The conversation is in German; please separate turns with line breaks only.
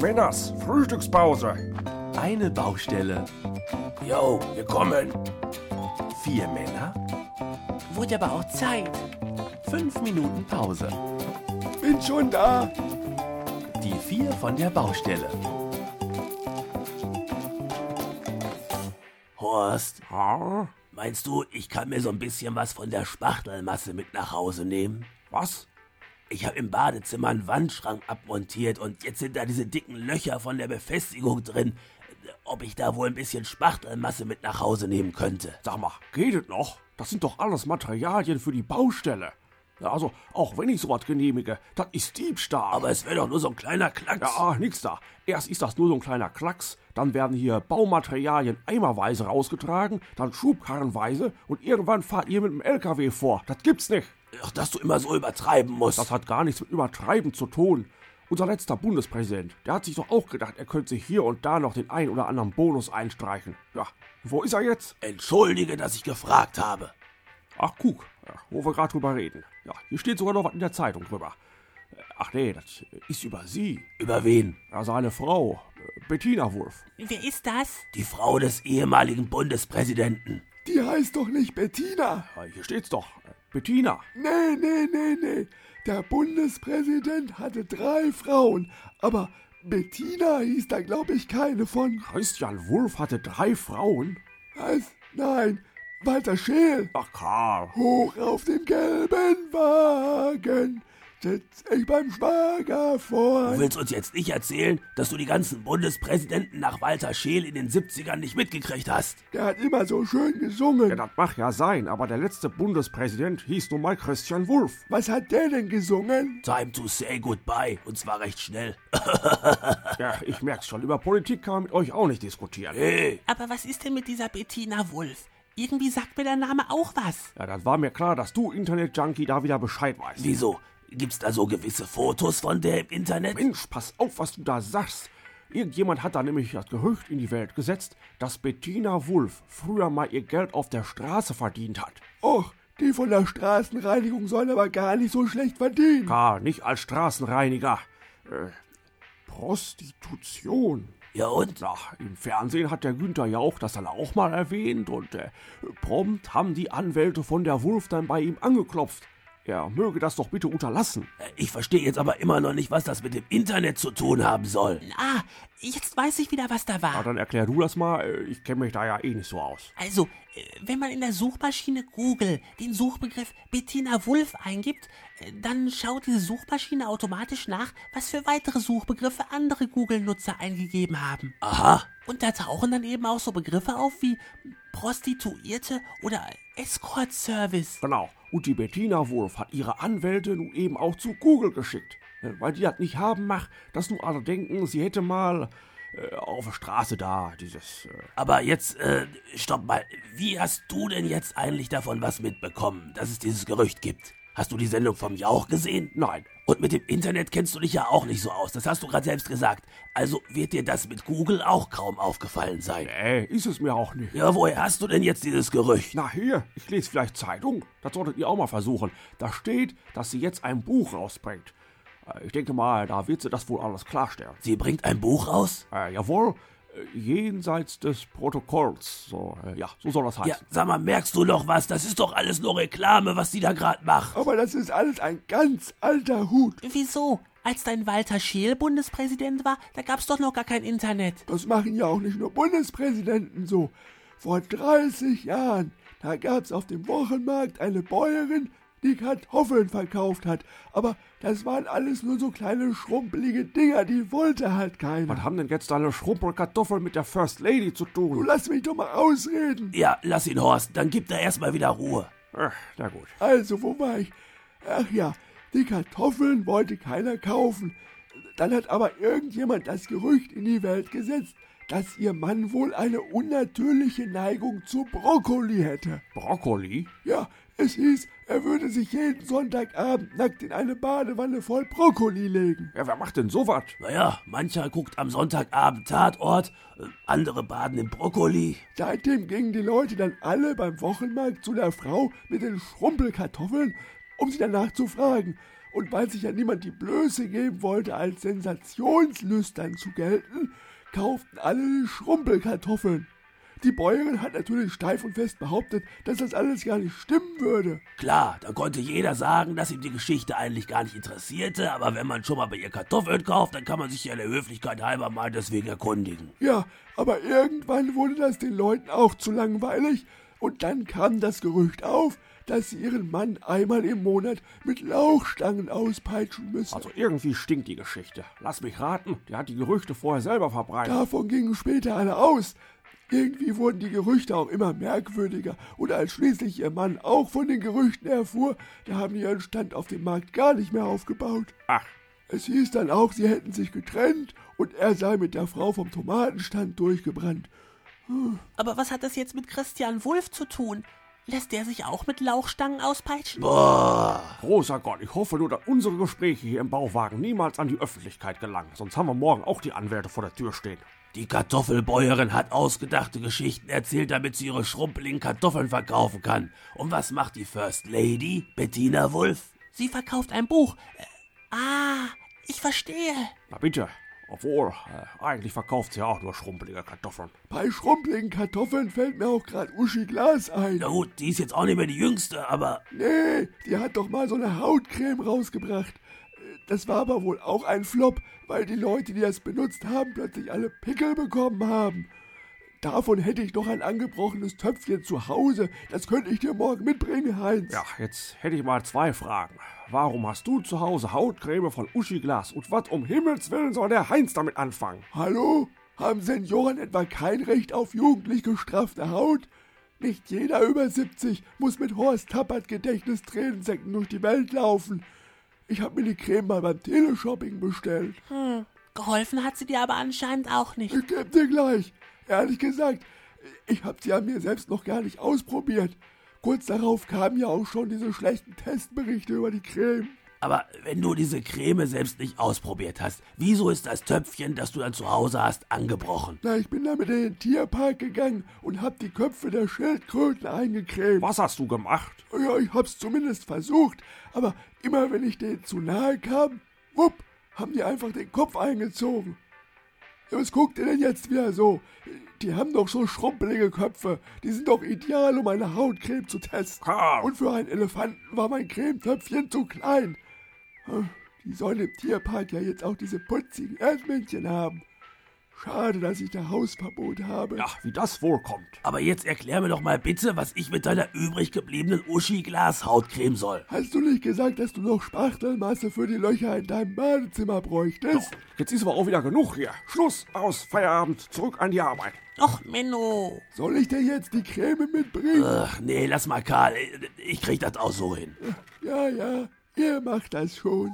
Männers, Frühstückspause.
Eine Baustelle.
Yo, wir kommen.
Vier Männer. Wurde aber auch Zeit. Fünf Minuten Pause.
Bin schon da.
Die vier von der Baustelle.
Horst,
Ha?
meinst du, ich kann mir so ein bisschen was von der Spachtelmasse mit nach Hause nehmen?
Was?
Ich habe im Badezimmer einen Wandschrank abmontiert und jetzt sind da diese dicken Löcher von der Befestigung drin. Ob ich da wohl ein bisschen Spachtelmasse mit nach Hause nehmen könnte?
Sag mal, geht es noch? Das sind doch alles Materialien für die Baustelle. Ja, also, auch wenn ich sowas genehmige, das ist Diebstahl.
Aber es wäre doch nur so ein kleiner Klacks.
ja, ah, nix da. Erst ist das nur so ein kleiner Klacks, dann werden hier Baumaterialien eimerweise rausgetragen, dann Schubkarrenweise und irgendwann fahrt ihr mit dem LKW vor. Das gibt's nicht.
Ach, dass du immer so übertreiben musst.
Das hat gar nichts mit Übertreiben zu tun. Unser letzter Bundespräsident, der hat sich doch auch gedacht, er könnte sich hier und da noch den ein oder anderen Bonus einstreichen. Ja, wo ist er jetzt?
Entschuldige, dass ich gefragt habe.
Ach, guck, ja, wo wir gerade drüber reden. Ja, hier steht sogar noch was in der Zeitung drüber. Äh, Ach nee, das ist über sie.
Über wen?
Ja, seine Frau, äh, Bettina Wurf.
Wer ist das?
Die Frau des ehemaligen Bundespräsidenten.
Die heißt doch nicht Bettina. Ja, hier steht's doch. äh, Bettina.
Nee, nee, nee, nee. Der Bundespräsident hatte drei Frauen, aber Bettina hieß da, glaube ich, keine von.
Christian Wurf hatte drei Frauen.
Was? Nein, Walter Scheel.
Ach, Karl.
Hoch auf dem gelben Wagen sitz ich beim Schwager
Du
vor.
willst uns jetzt nicht erzählen, dass du die ganzen Bundespräsidenten nach Walter Scheel in den 70ern nicht mitgekriegt hast.
Der hat immer so schön
Ja,
gesungen.
das mag ja sein, aber der letzte Bundespräsident hieß nun mal Christian Wulff.
Was hat der denn gesungen?
Time to say goodbye. Und zwar recht schnell.
Ja, ich merk's schon, über Politik kann man mit euch auch nicht diskutieren.
Hey,
Aber was ist denn mit dieser Bettina Wulff? Irgendwie sagt mir der Name auch was.
Ja, das war mir klar, dass du Internet-Junkie da wieder Bescheid weißt.
wieso? Gibt's da so gewisse Fotos von der im Internet?
Mensch, pass auf, was du da sagst. Irgendjemand hat da nämlich das Gerücht in die Welt gesetzt, dass Bettina Wulff früher mal ihr Geld auf der Straße verdient hat.
Och, die von der Straßenreinigung sollen aber gar nicht so schlecht verdienen.
Gar nicht als Straßenreiniger. Äh, Prostitution.
Ja und?
Na, im Fernsehen hat der Günther Jauch das dann auch mal erwähnt und äh, prompt haben die Anwälte von der Wulff dann bei ihm angeklopft. Er möge das doch bitte unterlassen.
Äh, Ich verstehe jetzt aber immer noch nicht, was das mit dem Internet zu tun haben soll.
Ah, jetzt weiß ich wieder, was da
Na,
war.
Ah, dann erklär du das mal. äh, Ich kenne mich da ja eh nicht so aus.
Also, äh, wenn man in der Suchmaschine Google den Suchbegriff Bettina Wulff eingibt, äh, dann schaut diese Suchmaschine automatisch nach, was für weitere Suchbegriffe andere Google-Nutzer eingegeben haben.
Aha.
Und da tauchen dann eben auch so Begriffe auf wie Prostituierte oder Escort-Service.
Genau. Und die Bettina Wulff hat ihre Anwälte nun eben auch zu Google geschickt. äh, Weil die das nicht haben macht, dass nun alle denken, sie hätte mal äh, auf der Straße da dieses... Äh,
Aber jetzt, äh, stopp mal. Wie hast du denn jetzt eigentlich davon was mitbekommen, dass es dieses Gerücht gibt? Hast du die Sendung vom Jauch gesehen?
nein.
Und mit dem Internet kennst du dich ja auch nicht so aus. Das hast du gerade selbst gesagt. Also wird dir das mit Google auch kaum aufgefallen sein.
Äh, ist es mir auch nicht.
Ja, woher hast du denn jetzt dieses Gerücht?
Na hier, ich lese vielleicht Zeitung. Das solltet ihr auch mal versuchen. Da steht, dass sie jetzt ein Buch rausbringt. Äh, Ich denke mal, da wird sie das wohl alles klarstellen.
Sie bringt ein Buch raus?
Äh, jawohl, äh, jenseits des Protokolls. So, äh, ja, so soll das heißen.
Ja, sag mal, merkst du noch was? Das ist doch alles nur Reklame, was die da gerade macht.
Aber das ist alles ein ganz alter Hut.
Wieso? Als dein Walter Scheel Bundespräsident war, da gab's doch noch gar kein Internet.
Das machen ja auch nicht nur Bundespräsidenten so. Vor 30 Jahren, da gab's auf dem Wochenmarkt eine Bäuerin, die Kartoffeln verkauft hat. Aber das waren alles nur so kleine schrumpelige Dinger, die wollte halt
Was
keiner.
haben denn jetzt deine Schrumpelkartoffeln mit der First Lady zu
Du
tun?
lass mich doch mal ausreden.
Ja, lass ihn, Horst. Dann gib da erstmal wieder Ruhe.
Äh, na gut.
Also, wo war ich? Ach ja, die Kartoffeln wollte keiner kaufen. Dann hat aber irgendjemand das Gerücht in die Welt gesetzt, dass ihr Mann wohl eine unnatürliche Neigung zu Brokkoli hätte.
Brokkoli?
Ja, es hieß, er würde sich jeden Sonntagabend nackt in eine Badewanne voll Brokkoli legen.
Ja, wer macht denn sowas?
Naja, mancher guckt am Sonntagabend Tatort, äh, andere baden im Brokkoli.
Seitdem gingen die Leute dann alle beim Wochenmarkt zu der Frau mit den Schrumpelkartoffeln, um sie danach zu fragen. Und weil sich ja niemand die Blöße geben wollte, als sensationslüstern zu gelten, kauften alle Schrumpelkartoffeln. Die Bäuerin hat natürlich steif und fest behauptet, dass das alles gar nicht stimmen würde.
Klar, da konnte jeder sagen, dass ihm die Geschichte eigentlich gar nicht interessierte, aber wenn man schon mal bei ihr Kartoffeln kauft, dann kann man sich ja der Höflichkeit halber mal deswegen erkundigen.
Ja, aber irgendwann wurde das den Leuten auch zu langweilig und dann kam das Gerücht auf, dass sie ihren Mann einmal im Monat mit Lauchstangen auspeitschen müssen.
Also irgendwie stinkt die Geschichte. Lass mich raten, der hat die Gerüchte vorher selber verbreitet.
Davon gingen später alle aus. Irgendwie wurden die Gerüchte auch immer merkwürdiger. Und als schließlich ihr Mann auch von den Gerüchten erfuhr, da haben die ihren Stand auf dem Markt gar nicht mehr aufgebaut.
Ach,
Es hieß dann auch, sie hätten sich getrennt und er sei mit der Frau vom Tomatenstand durchgebrannt.
Aber was hat das jetzt mit Christian Wulff zu tun? Lässt der sich auch mit Lauchstangen auspeitschen?
großer Gott, ich hoffe nur, dass unsere Gespräche hier im Bauwagen niemals an die Öffentlichkeit gelangen. Sonst haben wir morgen auch die Anwälte vor der Tür stehen.
Die Kartoffelbäuerin hat ausgedachte Geschichten erzählt, damit sie ihre schrumpeligen Kartoffeln verkaufen kann. Und was macht die First Lady, Bettina Wulff?
Sie verkauft ein Buch. Äh, ah, ich verstehe.
Na bitte. Obwohl, äh, eigentlich verkauft sie ja auch nur schrumpelige Kartoffeln.
Bei schrumpeligen Kartoffeln fällt mir auch gerade Uschi Glas ein.
Na gut, die ist jetzt auch nicht mehr die Jüngste, aber
Nee, die hat doch mal so eine Hautcreme rausgebracht. Äh, Das war aber wohl auch ein Flop, weil die Leute, die das benutzt haben, plötzlich alle Pickel bekommen haben. Davon hätte ich doch ein angebrochenes Töpfchen zu Hause. Das könnte ich dir morgen mitbringen, Heinz.
Ja, jetzt hätte ich mal zwei Fragen. Warum hast du zu Hause Hautcreme von Uschi Glas? Und was um Himmels Willen soll der Heinz damit anfangen?
Hallo? Haben Senioren etwa kein Recht auf jugendlich gestraffte Haut? Nicht jeder über 70 muss mit Horst Tappert Gedächtnistränensäcken durch die Welt laufen. Ich habe mir die Creme mal beim Teleshopping bestellt.
Geholfen hat sie dir aber anscheinend auch nicht.
Ich geb dir gleich. Ehrlich gesagt, ich hab sie an mir selbst noch gar nicht ausprobiert. Kurz darauf kamen ja auch schon diese schlechten Testberichte über die Creme.
Aber wenn du diese Creme selbst nicht ausprobiert hast, wieso ist das Töpfchen, das du dann zu Hause hast, angebrochen?
Na, ich bin damit in den Tierpark gegangen und hab die Köpfe der Schildkröten eingecremt.
Was hast du gemacht?
Ja, ich hab's zumindest versucht, aber immer wenn ich denen zu nahe kam, wupp, haben die einfach den Kopf eingezogen. Ja, was guckt ihr denn jetzt wieder so? Die haben doch so schrumpelige Köpfe. Die sind doch ideal, um eine Hautcreme zu testen.
Karl!
Und für einen Elefanten war mein Cremetöpfchen zu klein. Hm, Die sollen im Tierpark ja jetzt auch diese putzigen Erdmännchen haben. Schade, dass ich da Hausverbot habe.
Ja, wie das wohl kommt.
Aber jetzt erklär mir doch mal bitte, was ich mit deiner übrig gebliebenen Uschi-Glas-Hautcreme soll.
Hast du nicht gesagt, dass du noch Spachtelmasse für die Löcher in deinem Badezimmer bräuchtest?
Jetzt ist aber auch wieder genug hier. Schluss, aus, Feierabend, zurück an die Arbeit.
Och, Menno.
Soll ich dir jetzt die Creme mitbringen?
Ach, nee, lass mal, Karl. Ich krieg das auch so hin.
Ja, ja, ihr macht das schon.